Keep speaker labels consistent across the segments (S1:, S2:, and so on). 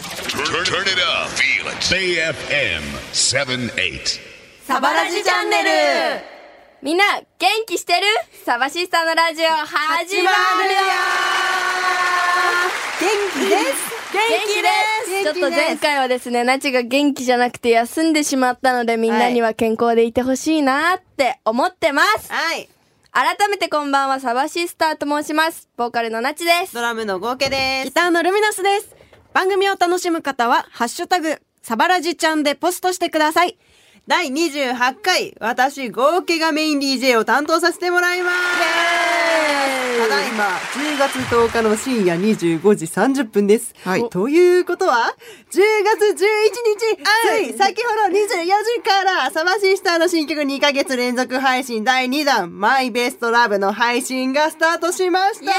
S1: Turn, turn it up. Feel it. AFM 78.
S2: サバラジチャンネルみんな元気してるサバシスタのラジオ始まるよ
S3: 元気です
S2: ちょっと前回はですね、ナチが元気じゃなくて休んでしまったのでみんなには健康でいてほしいなって思ってます、
S3: はい
S2: 改めてこんばんは、サバシスターと申します。ボーカルのナチです。
S3: ドラムの合計ですギターのルミナスです番組を楽しむ方はハッシュタグサバラジちゃんでポストしてください第28回私合計がメイン DJ を担当させてもらいますただいま10月10日の深夜25時30分です、
S4: はい
S3: ということは10月11日つい先ほど24時からサバシスターの新曲2ヶ月連続配信第2弾マイベストラブの配信がスタートしまし
S2: イ
S3: た
S2: エーイ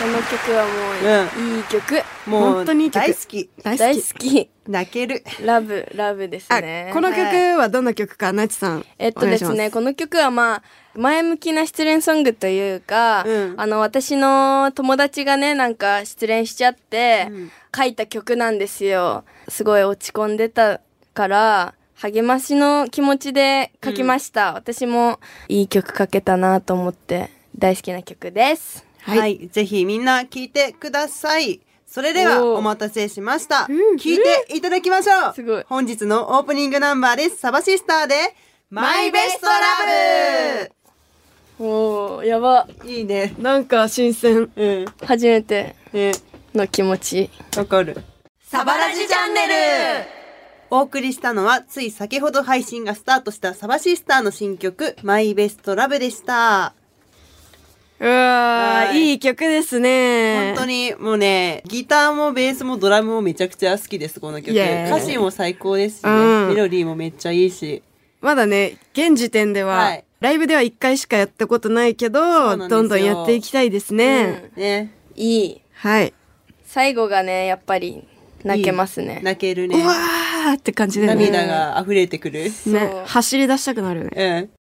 S2: この曲はもう、いい曲。
S3: もう
S4: 本当にいい曲
S3: 大好き
S4: 大
S2: 大
S4: 好
S2: 好
S4: き。
S2: き。
S3: 泣ける
S2: ラブ、ラブです
S4: あ
S2: ね。
S4: この曲
S2: はい
S4: はどんな曲か、なちさん。
S2: えっとです
S4: お願
S2: ね、
S4: いし
S2: この曲はまあ、前向きな失恋ソングというか、
S3: うん
S2: あの、私の友達がね、なんか失恋しちゃって、書いた曲なんですよ。すごい落ち込んでたから、励ましの気持ちで書きました。私もいい曲書けたなと思って、大好きな曲です。
S3: はい、
S4: は
S3: ぜひみんな聞いてくださいそれでは
S2: おー
S3: お待たせしました聞いていただきましょう
S2: すごい
S3: 本日のオープニングナンバーですサバシスターでマイベストラ
S2: おー、やば。
S3: ブいいね
S4: ますなんか新鮮。
S3: うん
S2: 初めて
S3: ね
S2: の気持ち。
S3: わかる
S2: サバラジチャンネル
S3: お送りしたのはつい先ほど配信がスタートしたサバシスターの新曲マイベストラブでした
S4: うわー、
S3: い
S4: いい曲ですね。
S3: 本当にもうねギターもベースもドラムもめちゃくちゃ好きですこの曲
S4: イエーイ
S3: 歌詞も最高ですし、ね
S4: うん
S3: メロディーもめっちゃいいし
S4: まだね、現時点では、
S3: はい
S4: ライブでは一回しかやったことないけ
S3: うな
S4: ど、
S3: んですよ
S4: どんどんやっていきたいですね。
S3: ね
S2: いい。
S4: はい。
S2: 最後がね、やっぱり泣けますね。
S3: 泣ける
S4: う
S3: ね
S4: わーって感じだよね。
S3: 涙が溢れてくる
S2: う
S4: ね、走り出したくなるよね。
S3: うん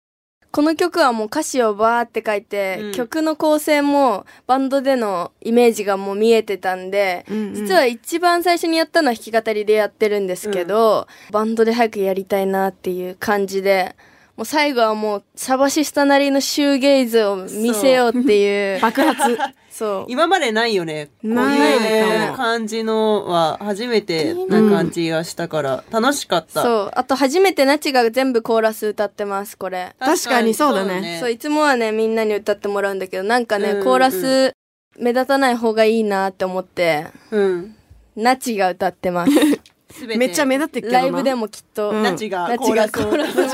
S2: この曲はもう歌詞をバーって書いて、
S3: うん
S2: 曲の構成もバンドでのイメージがもう見えてたんで、
S4: うんうん
S2: 実は一番最初にやったのは弾き語りでやってるんですけど、バンドで早くやりたいなっていう感じで、もう最後はもうサバシスタなりのシューゲイズを見せようっていう、
S4: 爆発。
S2: そう。
S3: 今までないよねこう
S4: ない
S3: い
S4: か
S3: う
S4: も
S3: 感じのは初めてな感じがしたから楽しかった、
S2: そう。あと初めてナチが全部コーラス歌ってます、これ。
S4: 確かにそうだね
S2: そういつもはねみんなに歌ってもらうんだけどなんかね、
S3: うんうん
S2: コーラス目立たない方がいいなって思って
S3: うん
S2: ナチが歌ってます
S3: 全て
S4: めっちゃ目立ってっけどな。
S2: ライブでもきっと、
S4: うん
S3: ナチが
S2: ナ
S3: コ
S2: チ
S3: ーラ
S2: が
S3: ス
S2: コ
S3: を
S2: ー ラスを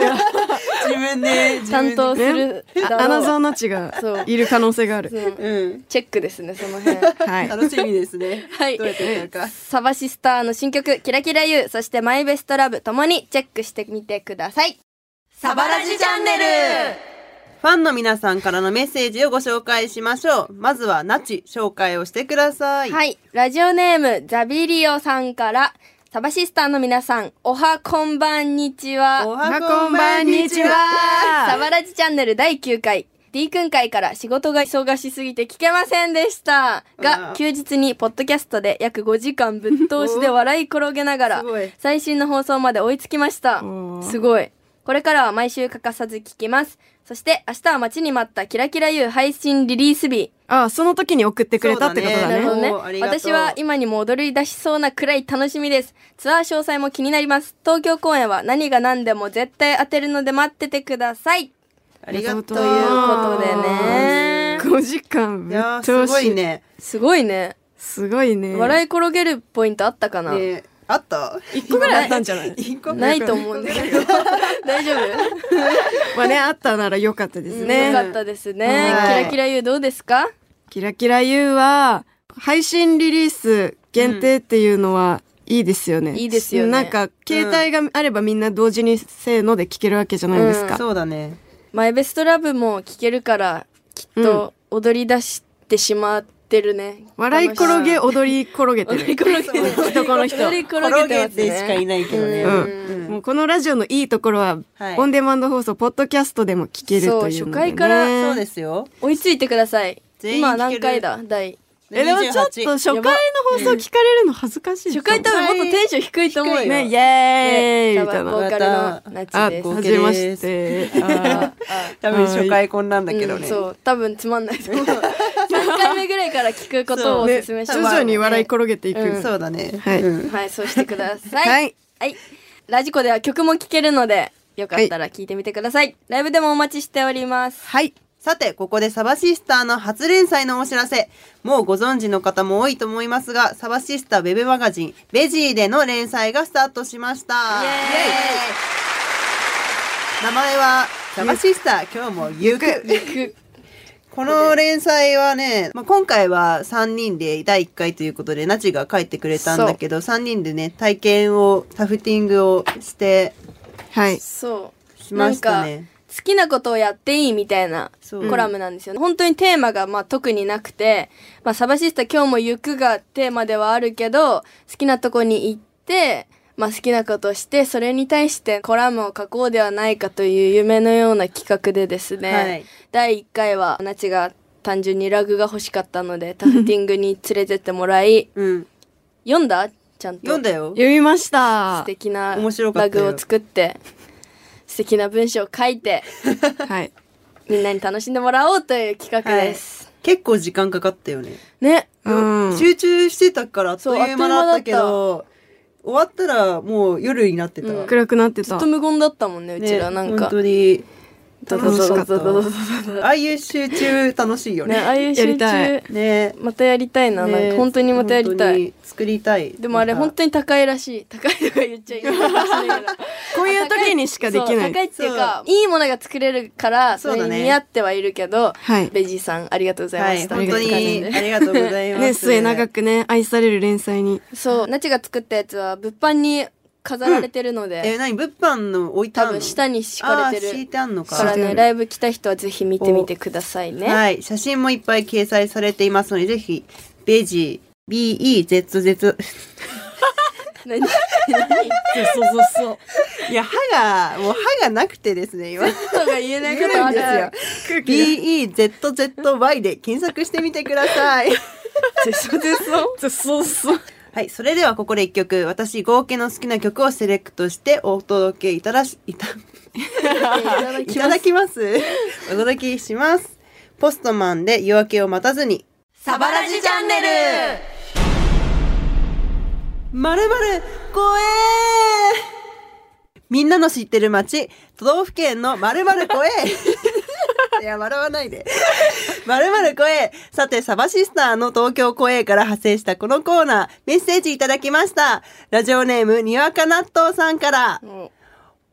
S3: 自分で自
S2: 担
S3: 分で
S2: 当するだろう
S4: アナザーナチが
S2: そう
S4: いる可能性があ
S2: そ
S4: る。
S2: う
S3: うん
S2: チェックですねその 辺
S4: はい。
S3: 楽しみです ね
S2: はい
S3: どうやってやるか
S2: サバシスターの新曲「キラキラ U」そして「マイベストラブ」ともにチェックしてみてくださいサバラジチャンネル
S3: ファンの皆さんからのメッセージをご紹介しましょう。まずは、ナチ、紹介をしてください。い。
S2: はい。ラジオネーム、ザビリオさんから、サバシスターの皆さん、おはこんばんにちは。
S3: お
S4: お
S3: は
S4: は
S3: こ
S4: こ
S3: ん
S4: ん
S3: ば
S4: ば
S3: ん
S4: ん
S3: に
S4: に
S3: ち
S4: ち
S3: は。
S2: サ
S4: は。
S2: バラジチャンネル第9回 D 君会から仕事が忙しすぎて聞けませんでした
S3: あ
S2: が
S3: ー
S2: 休日にポッドキャストで約5時間ぶっ通しで笑い転げながら
S3: すごい
S2: 最新の放送まで追いつきました
S4: おー
S2: すごいこれからは毎週欠かさず聞きますそして明日は待ちに待ったキラキラ U 配信リリース日
S4: あ、その時に送ってくれたってことだ
S3: そうだ
S2: な
S4: ね
S2: る。ほどね
S3: おーありがとう
S2: 私は今にも踊り出しそうなくらい楽しみですツアー詳細も気になります東京公演は何が何でも絶対当てるので待っててください
S3: ありがとう。
S4: と
S2: ということでね。
S4: 5時間
S3: い
S4: ぶっ
S3: やー、す
S4: 通
S3: ごい
S4: し。
S3: ね。
S2: すごいね。
S4: すごいね。
S2: 笑い転げるポイントあったかな、
S3: ねあった
S4: 一個ぐらいあったん じゃない
S3: 一個
S2: ないと思うんだけど。 大丈夫
S4: まあね、あったなら良かったです
S2: よか
S4: ね。
S2: ったですね。
S4: は
S2: キ
S4: い
S2: ラキラ U どうですか
S4: キラキラ U は、配信リリース限定っていうのは、いいですよね。
S2: いいですよね
S4: なんか、携帯があればみんな同時にせーので聞けるわけじゃないですか。
S3: そうだね。
S2: マイベストラブも聴けるから、きっと踊り出してしまってるね。
S4: 笑い転げ、踊り転げて
S2: 踊り転
S4: る。
S2: げてる。
S4: 男の人
S2: 踊り転げてますね。
S3: 転げてしかいないけどね
S4: う
S2: うん
S4: ん。もうこのラジオのいいところは、
S3: はい
S4: オンデマンド放送、ポッドキャストでも聞けるというので、ね。
S2: そう初回から
S3: そうですよ。
S2: 追いついてください。
S3: 全員
S2: 今
S3: 聞け
S2: 何
S3: る
S2: 回だ第
S4: え、でもちょっと初回の放送聞かれるの恥ずかしい。
S2: 初回多分もっとテンション低いと思うよ。
S4: ね、イ
S2: ね
S4: エーイ
S2: 多
S4: みたい
S2: 分ボ
S4: な。
S2: ーカルのナ
S4: あ、
S2: チです。
S4: はじめまして。あ
S3: 多分初回こんなんだけど
S2: う
S3: ね。
S2: ん、そう多分つまんないと 思う3回目ぐらいから聞くことをお
S4: ね
S2: 勧
S4: 徐
S2: めします、
S4: 々に笑い転げていく。
S2: うん
S3: そうだね。
S4: はい
S3: うん
S2: はいそうしてください
S4: はい、
S2: はいラジコでは曲も聴けるのでよかったら聞いてみてください、ライブでもお待ちしております
S4: はい。
S3: さて、ここでサバシスターの初連載のお知らせ。もうご存知の方も多いと思いますが、サバシスターウェブマガジン、ベジーでの連載がスタートしました。
S2: イエーイ
S3: 名前は、サバシスター、今日もゆく。
S2: く
S3: この連載はね、まあ、今回は3人で第1回ということで、ナチが書いてくれたんだけど、3人でね、体験を、タフティングをして
S4: はい。
S2: そう
S3: しましたね
S2: なんか好きなことをやっていいみたいな
S3: そう
S2: コラムなんですよね、本当にテーマがまあ特になくて「まあ、サバシスタ今日も行く」がテーマではあるけど好きなとこに行って、まあ、好きなことをしてそれに対してコラムを書こうではないかという夢のような企画でですね、
S3: はい
S2: 第1回はナチが単純にラグが欲しかったのでタフティングに連れてってもらい
S3: うん。
S2: 読んだちゃんと
S3: 読んだよ。
S4: 読みまし
S2: 素
S4: た。
S2: 敵な
S3: 面白か
S2: ラ
S3: ったよ
S2: グを作って素敵な文章を書いて
S4: はい。
S2: みんなに楽しんでもらおうという企画です。
S3: 結構時間かかったよね。
S2: ね。
S4: うん。
S3: 集中してたからあっという間だったけ
S2: そ
S3: ど、終わったらもう夜になってた。
S2: うん
S4: 暗くなって
S2: ずったと。無言だったもんね、う
S3: ね
S2: ちらなんか
S3: 本。当に、
S2: ドドドドドドドドド
S3: ああいう集中楽しいよ
S2: ね、ああ
S3: ね。
S2: いう
S4: や
S2: 集
S4: りたい
S2: 中、
S3: ね
S2: またやりたいな。なん
S3: ね
S2: か本当にまたやりた
S3: 本当
S2: い。
S3: に作りたい。
S2: でもあれ
S3: また
S2: 本当に高いらしい。高いとか言っちゃいけないかもしれないけど。
S4: こういう時にしかできな
S2: そう高い
S4: い。
S2: っていうか、いいものが作れるから、
S3: そ
S2: そうれ
S3: だね
S2: に似合ってはいるけど、
S4: はい
S2: ベジーさん、ありがとうござい
S3: は
S2: ま
S3: い、
S2: した。
S3: 本当
S2: とい
S3: に
S2: う感じ
S3: あ
S2: で
S3: りがとうございます。
S4: ね、末永くね、愛される連載に。
S2: そう、ナチが作ったやつは物販に飾られてるの
S3: え、
S2: で、
S3: 何物販の置いてあ
S2: 多
S3: るの
S2: 分下に敷かれてる
S3: あー。敷いてあんのか。
S2: から
S4: そうだよね
S2: ねライブ来た人はぜひ見てみてくださいね、
S3: はい、写真もいっぱい掲載されていますので、ぜひ、ベジ、BEZZ。
S2: 何何
S4: そうそうそう。
S3: いや、歯が、もう歯がなくてですね、今。
S2: 人が言えないことあるんですよ
S3: すよ。BEZZY で検索してみてください。
S4: 絶そう絶そう。そうそう。
S3: はい、それではここで一曲、私、合計の好きな曲をセレクトしてお届けいただし、いた、 いただきます。お届けします。ポストマンで夜明けを待たずに。
S2: サバラジチャンネル
S3: まるまる怖えーみんなの知ってる街、都道府県のまるまる怖えいや、笑わないで。まるまる怖えさて、サバシスターの東京怖えから派生したこのコーナー、メッセージいただきました。ラジオネーム、にわか納豆さんから、
S2: も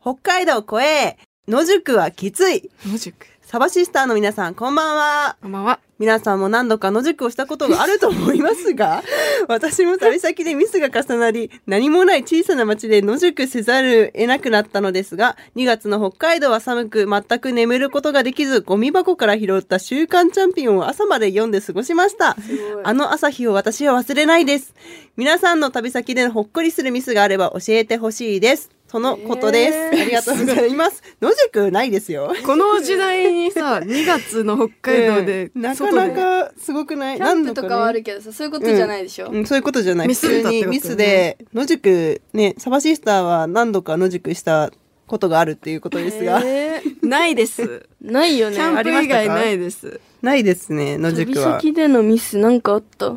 S3: 北海道怖え野宿はきつい。
S4: 野宿。
S3: サバシスターの皆さん、こんばんは。
S4: こんばんは。
S3: 皆さんも何度か野宿をしたことがあると思います が、私も旅先でミスが重なり、何もない小さな町で野宿せざるを得なくなったのですが、2月の北海道は寒く、全く眠ることができず、ゴミ箱から拾った週刊チャンピオンを朝まで読んで過ごしました。
S2: ごい
S3: あの朝日を私は忘れないです。皆さんの旅先でのほっこりするミスがあれば教えてほしいです。とのことです。ありがとうございます。野宿ないですよ。
S4: この時代にさ、2月の北海道で、
S3: うんなか
S4: 外
S3: な
S4: で
S3: かすごくないう
S2: キャンプと
S3: 何度
S2: かはある
S3: ね
S2: けどさそういうことじゃないでしょ、
S3: うん、そういうことじゃない
S4: ミ
S3: 普
S4: スだっ
S3: 通
S4: たって
S3: に
S4: ことね
S3: ミスで野宿ねサバシスターは何度か野宿したことがあるっていうことですが、
S2: えー
S4: ないです。
S2: ないよね
S4: キャン
S3: あ
S4: プ
S3: りま
S4: 以
S3: したか
S4: 外ないです。
S3: ないですね野
S2: 旅
S3: 宿は
S2: 先でのミスなんかあった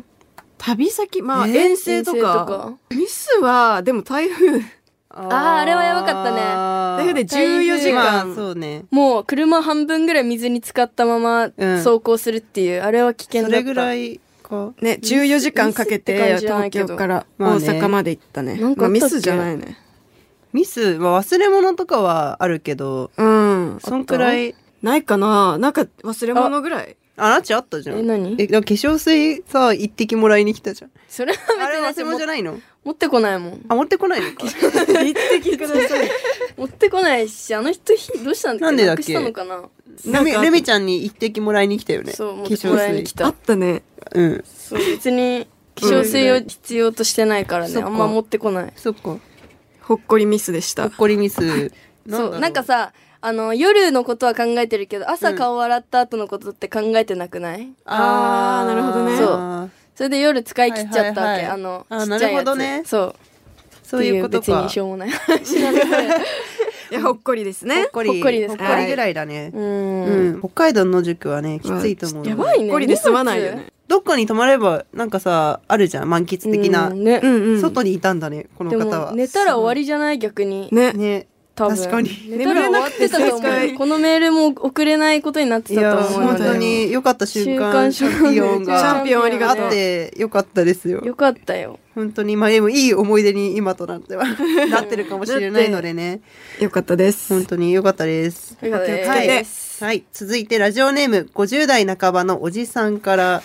S4: 旅先、まあ、
S3: えー
S4: 遠征と
S2: 遠征と
S4: か
S2: か。
S4: ミスは、でも台風。
S3: あ
S2: ーあれはやばかったね
S4: 台風で14時
S3: まあ
S4: 間。
S3: そうね
S2: もう車半分ぐらい水に浸かったまま走行するっていう、あれは危険だ
S3: そ
S2: った
S3: れぐらいか
S4: ね、14時間かけ
S2: ミスって
S4: て
S2: 感じじゃな
S4: 東
S2: いけど
S4: 京から
S3: ま
S4: 大
S3: あね
S4: 阪まで行ったね。
S2: なんかあった
S4: まあ
S2: っ
S4: ミ
S2: け
S4: スじゃないね。
S3: ミスは忘れ物とかはあるけど
S4: うん。
S3: そんくらい
S4: ないかななんか忘れ物ぐらい。
S3: あなっちあったじゃん
S2: え何
S3: えでも化粧水さ一滴もらいに来たじゃん
S2: それは
S3: あれ忘
S2: 別に私
S3: れ物じゃ
S2: も
S3: ないの
S2: 持ってこないもん
S3: あ持ってこないのか
S4: 一滴ください。
S2: 持ってこないしあの人ひどうしたんだっけ
S3: なんでだ
S2: な
S3: っけ
S2: くしたのかな
S3: ルミ
S4: なんか
S3: ルミちゃんに一滴もらいに来たよね
S2: そう
S3: 化
S2: 持って
S3: 粧
S2: もらいに
S3: 水
S2: 来
S4: あ
S2: た
S4: ったね。
S3: うん
S2: そう別に化粧水を必要としてないからね
S3: そっか
S2: あんま持ってこない
S3: そっか
S4: ほっこりミスでした。
S3: ほっこりミス。
S2: そうなんか
S3: さ、
S2: さあの夜のことは考えてるけど朝顔洗った後のことって考えてなくない、
S4: あーなるほどね
S2: そう
S3: あ
S2: それで夜使い切っちゃったわけ、
S3: はいはいはい
S2: あのち
S3: あ
S2: っちゃいやつ
S3: なるほどね
S2: そう
S3: そういうこと
S2: っていう別
S3: か
S2: にしょうもない話なんですけど
S4: いやほっこりですね
S3: ほっこり
S2: ほっこりです
S3: ほっこりぐらいだね、
S2: うん、
S3: うん北海道の塾はねきついと思う
S2: やばいね
S4: ほっこりで済まないよね
S3: どっかに泊まればなんかさあるじゃん満喫的な、
S2: うんね、
S4: うんうん
S3: 外にいたんだねこの
S2: で
S3: 方
S2: も
S3: は
S2: 寝たら終わりじゃない逆に
S4: ね
S3: ね
S2: 多分
S3: 確かに
S2: 寝たら終わってたと
S4: 眠れなく
S2: 思
S4: て
S2: うこのメールも送れないことになっ
S3: い
S2: てた
S3: や
S2: と思うの
S3: 本
S2: で
S3: 当に良かった瞬間チ
S2: 週刊
S3: ャンピオン
S4: チャ
S3: が
S4: ンピオンありがと
S3: あ
S4: う
S3: って良かったですよ
S2: よかったよ
S3: 本当にまあでもいい思い出に今となっ てはなってるかもしれないのでね
S4: よかったです
S3: 本当に良かったです
S2: よかったです
S3: はい
S2: です
S3: はい続いてラジオネーム50代半ばのおじさんから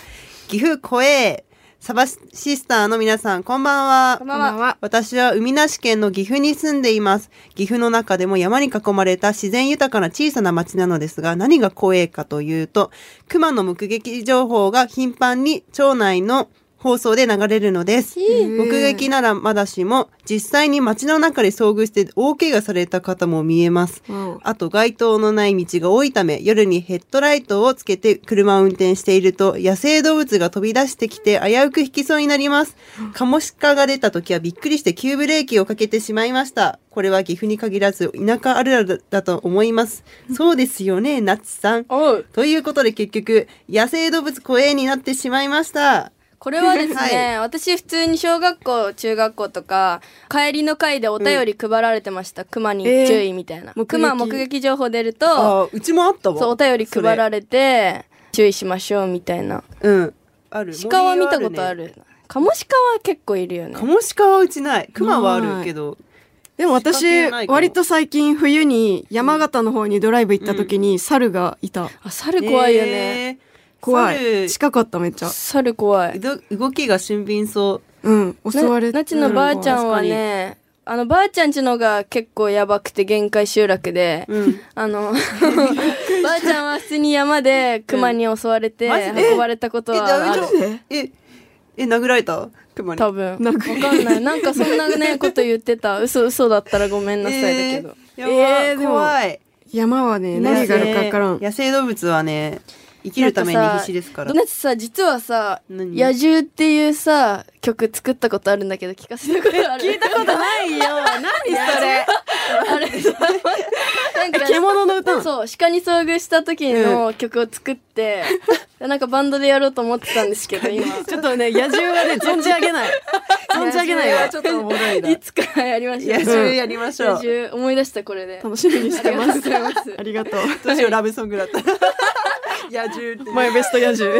S3: 岐阜こえサバシスターの皆さんこんばんは
S2: こんばんは
S3: 私は海なし県の岐阜に住んでいます。岐阜の中でも山に囲まれた自然豊かな小さな町なのですが、何が怖いかというと、熊の目撃情報が頻繁に町内の放送で流れるのです。
S4: ー
S3: 目撃ならまだしも、実際に町の中で遭遇して大怪我された方も見えます。
S4: うん
S3: あと街灯のない道が多いため、夜にヘッドライトをつけて車を運転していると、野生動物が飛び出してきて危うく引きそうになります。カモシカが出た時はびっくりして急ブレーキをかけてしまいました。これは岐阜に限らず田舎あるあるだと思います。そうですよね、ナッツさん。
S2: おう
S3: ということで結局、野生動物怖えになってしまいました。
S2: これはですね、
S3: は
S2: 私普通に小学校中学校とか帰りの会でお便り配られてました、熊に注意みたいな、
S4: えー
S2: 熊
S4: 目
S2: 目
S4: 撃
S2: 撃情報出ると、
S3: うちもあったわ
S2: そうお便り配ら
S3: れ。
S2: れて注意しましょうみたいな
S3: うん。ある。
S2: 鹿は見たことあ
S3: 森はね。
S2: るカモシカは結構いるよね
S3: カモシカはうちない。クマはあるけど。
S4: でも私
S3: 仕掛けないかも
S4: 割と最近冬に山形の方にドライブ行った時に猿がいた、
S2: あ猿怖いよね、
S3: えー。
S4: 怖
S3: 猿
S4: い近かっためっちゃ
S2: 猿怖い
S3: ど動きが俊敏そ
S4: うん襲われ
S2: ななちのばあちゃんはねあのばあちゃんちのが結構やばくて限界集落で、
S3: う。うん。
S2: あのばあちゃんは普通に山で熊に襲われて
S3: マジで
S2: 運ばれたことはある、
S4: る
S3: え、え、殴られた熊に。
S2: 多分わ
S4: なんか
S2: かんないなんかそんなねこと言って た嘘嘘だったらごめんなさいだけど、
S3: えー、やば
S4: えーでも
S3: 怖い。
S4: 山はね何があるかわからん
S3: 野生動物はね、生きるために必死ですから。
S2: だってさ実はさ「
S3: 何
S2: 野獣」っていうさ曲作ったことあるんだけど聞かせたことある聞いたことない
S4: ないよ何そ れ
S2: あれさなんか
S4: 獣の歌なの
S2: そう鹿に遭遇した時の曲を作 って、なんかバンドでやろうと思ってたんですけど今
S4: ちょっとね野獣はね存じ上げ ない存じ上げないわ
S3: ちょっとおもろいな。
S2: いつかやりましょ
S3: 野
S2: う
S3: 獣やりましょ
S2: 野
S3: う。
S2: 獣思い出したこれで
S4: 楽しみにしてま
S2: あり
S4: す
S2: がとうございます
S4: ありがとう
S3: どうしようラブソングだった。野獣って。
S4: マイベスト野獣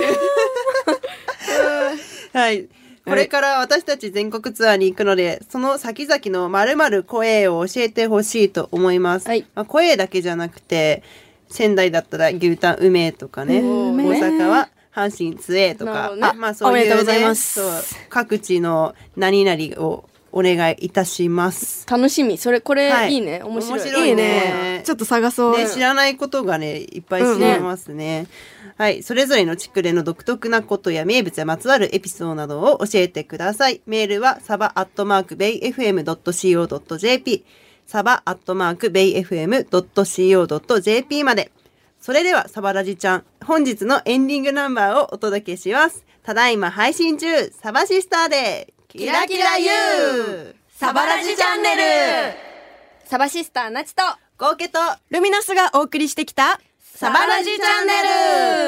S3: はい。これから私たち全国ツアーに行くので、その先々のまるまる声を教えてほしいと思います。
S2: はい
S3: まあ、声だけじゃなくて、仙台だったら牛タンうめえとかね、
S2: う
S3: 大
S2: めえ
S3: 阪は阪神つえと
S2: なる
S3: か
S2: ほ、どね
S3: あまあそういう、ね、
S4: おめでとうございます
S3: そう各地の何々をお願いいたします。
S2: 楽しみそれこれ、
S3: はい
S2: い、いね面白い
S3: 面白
S4: いい
S3: ね
S4: ねちょっと探そう
S3: ね、知らないことがね、いっぱい知れますね。はい。それぞれの地区での独特なことや名物やまつわるエピソードなどを教えてください。メールはサバアットマークベイ FM.co.jp サバアットマークベイ FM.co.jp まで。それではサバラジちゃん、本日のエンディングナンバーをお届けします。ただいま配信中、サバシスターで、キラキラ YOU!
S2: サバラジチャンネルサバシスターなちと
S3: 合計と
S4: ルミナスがお送りしてきた
S3: サバラジチャ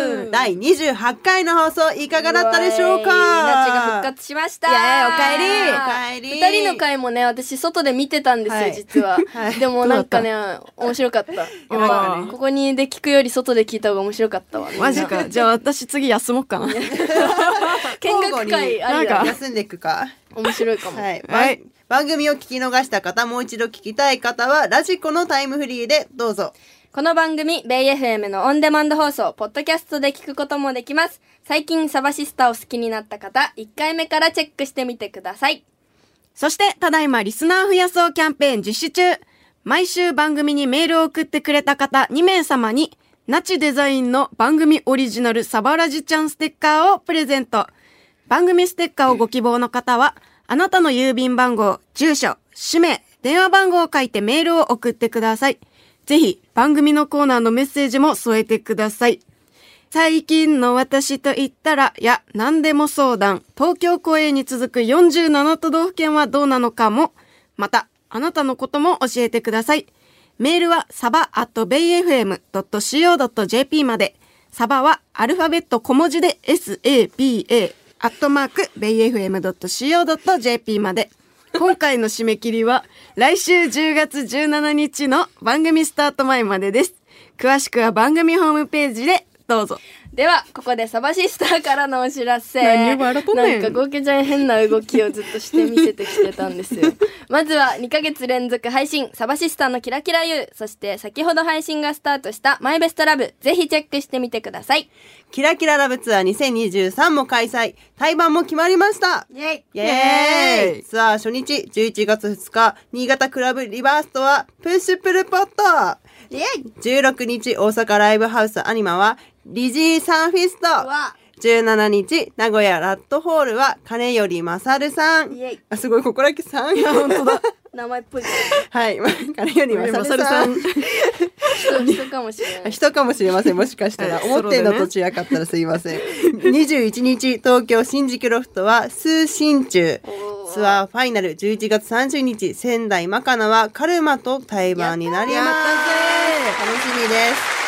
S3: ンネル第28回の放送いかがだったでしょうか
S2: なちが復活しました
S4: イ
S3: ー
S4: エ
S3: おかえりおかえり
S2: 二人の回もね私外で見てたんですよ、
S3: はい
S2: 実は、
S3: はい
S2: でもなんかね面白かったやっ
S4: ばいわ
S2: ぱ
S4: ね
S2: ここにで聞くより外で聞いた方が面白かったわ
S4: マジかじゃあ私次休もうかな
S2: 見学会あるよ
S4: 交互に
S2: ね
S3: 休んでいくか。
S2: 面白いかも、
S3: はい。番
S4: はい
S3: 番組を聞き逃した方、もう一度聞きたい方は、ラジコのタイムフリーでどうぞ。
S2: この番組、ベイ FM のオンデマンド放送、ポッドキャストで聞くこともできます。最近サバシスターを好きになった方、1回目からチェックしてみてください。
S4: そして、ただいまリスナー増やそうキャンペーン実施中。毎週番組にメールを送ってくれた方2名様に、ナチデザインの番組オリジナルサバラジちゃんステッカーをプレゼント。番組ステッカーをご希望の方は、あなたの郵便番号、住所、氏名、電話番号を書いてメールを送ってください。ぜひ、番組のコーナーのメッセージも添えてください。最近の私と言ったら、いや、何でも相談。東京公演に続く47都道府県はどうなのかも。また、あなたのことも教えてください。メールは、サバ at bayfm.co.jp まで。サバはアルファベット小文字で saba アットマーク bayfm.co.jp まで。今回の締め切りは来週10月17日の番組スタート前までです。詳しくは番組ホームページでどうぞ。
S2: ではここでサバシスターからのお知らせ
S4: 何を笑っとんねん
S2: なんかゴーケちゃん変な動きをずっとして見せてきてたんですよ まずは2ヶ月連続配信サバシスターのキラキラ U そして先ほど配信がスタートしたマイベストラブぜひチェックしてみてください
S3: キラキララブツアー2023も開催。対バンも決まりました。
S2: イエイ
S3: イエ
S4: イエ
S3: ーイツアー初日11月2日、新潟クラブリバーストはプッシュプルポット
S2: イエイ
S3: 16日大阪ライブハウスアニマはリジーサンフィスト
S2: わ
S3: 17日名古屋ラットホールは金頼勝さん
S2: イエイ
S3: あすごいここだけさんが本当だ
S2: 名前っぽい
S3: はいま金頼勝さん
S2: 人人かもしれない
S3: 人かもしれませんもしかしたら、
S4: はい
S3: 思ってんの
S4: ソロ
S3: と違かったらすいません21日東京新宿ロフトは数新中
S2: おー
S3: ツアーファイナル11月30日仙台マカナはカルマと対バンになります楽しみです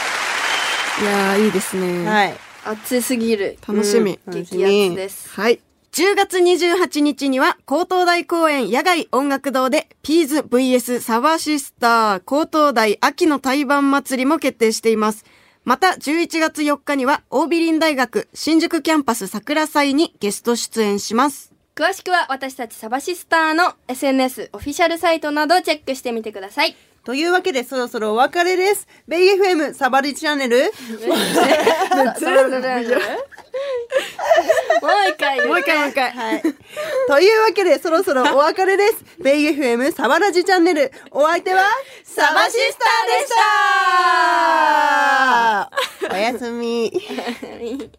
S4: いやーいいですね。
S3: はい
S2: 熱すぎる
S4: 楽しみ。
S3: うん
S2: 激アツです
S4: はい。10月28日には、高等大公演野外音楽堂で、ピーズ VS サバシスター高等大秋の対バン祭りも決定しています。また、11月4日には、オービリン大学新宿キャンパス桜祭にゲスト出演します。
S2: 詳しくは私たちサバシスターの SNS オフィシャルサイトなどをチェックしてみてくださ い
S3: というわけでそろそろお別れです。ベイ FM サバリチャンネル。
S2: それぞれ もう一回
S4: もう一回もう一回。
S3: はい。 というわけでそろそろお別れです。ベイ FM サバラジチャンネル。お相手はサバシスターでした。おやすみ。
S2: 回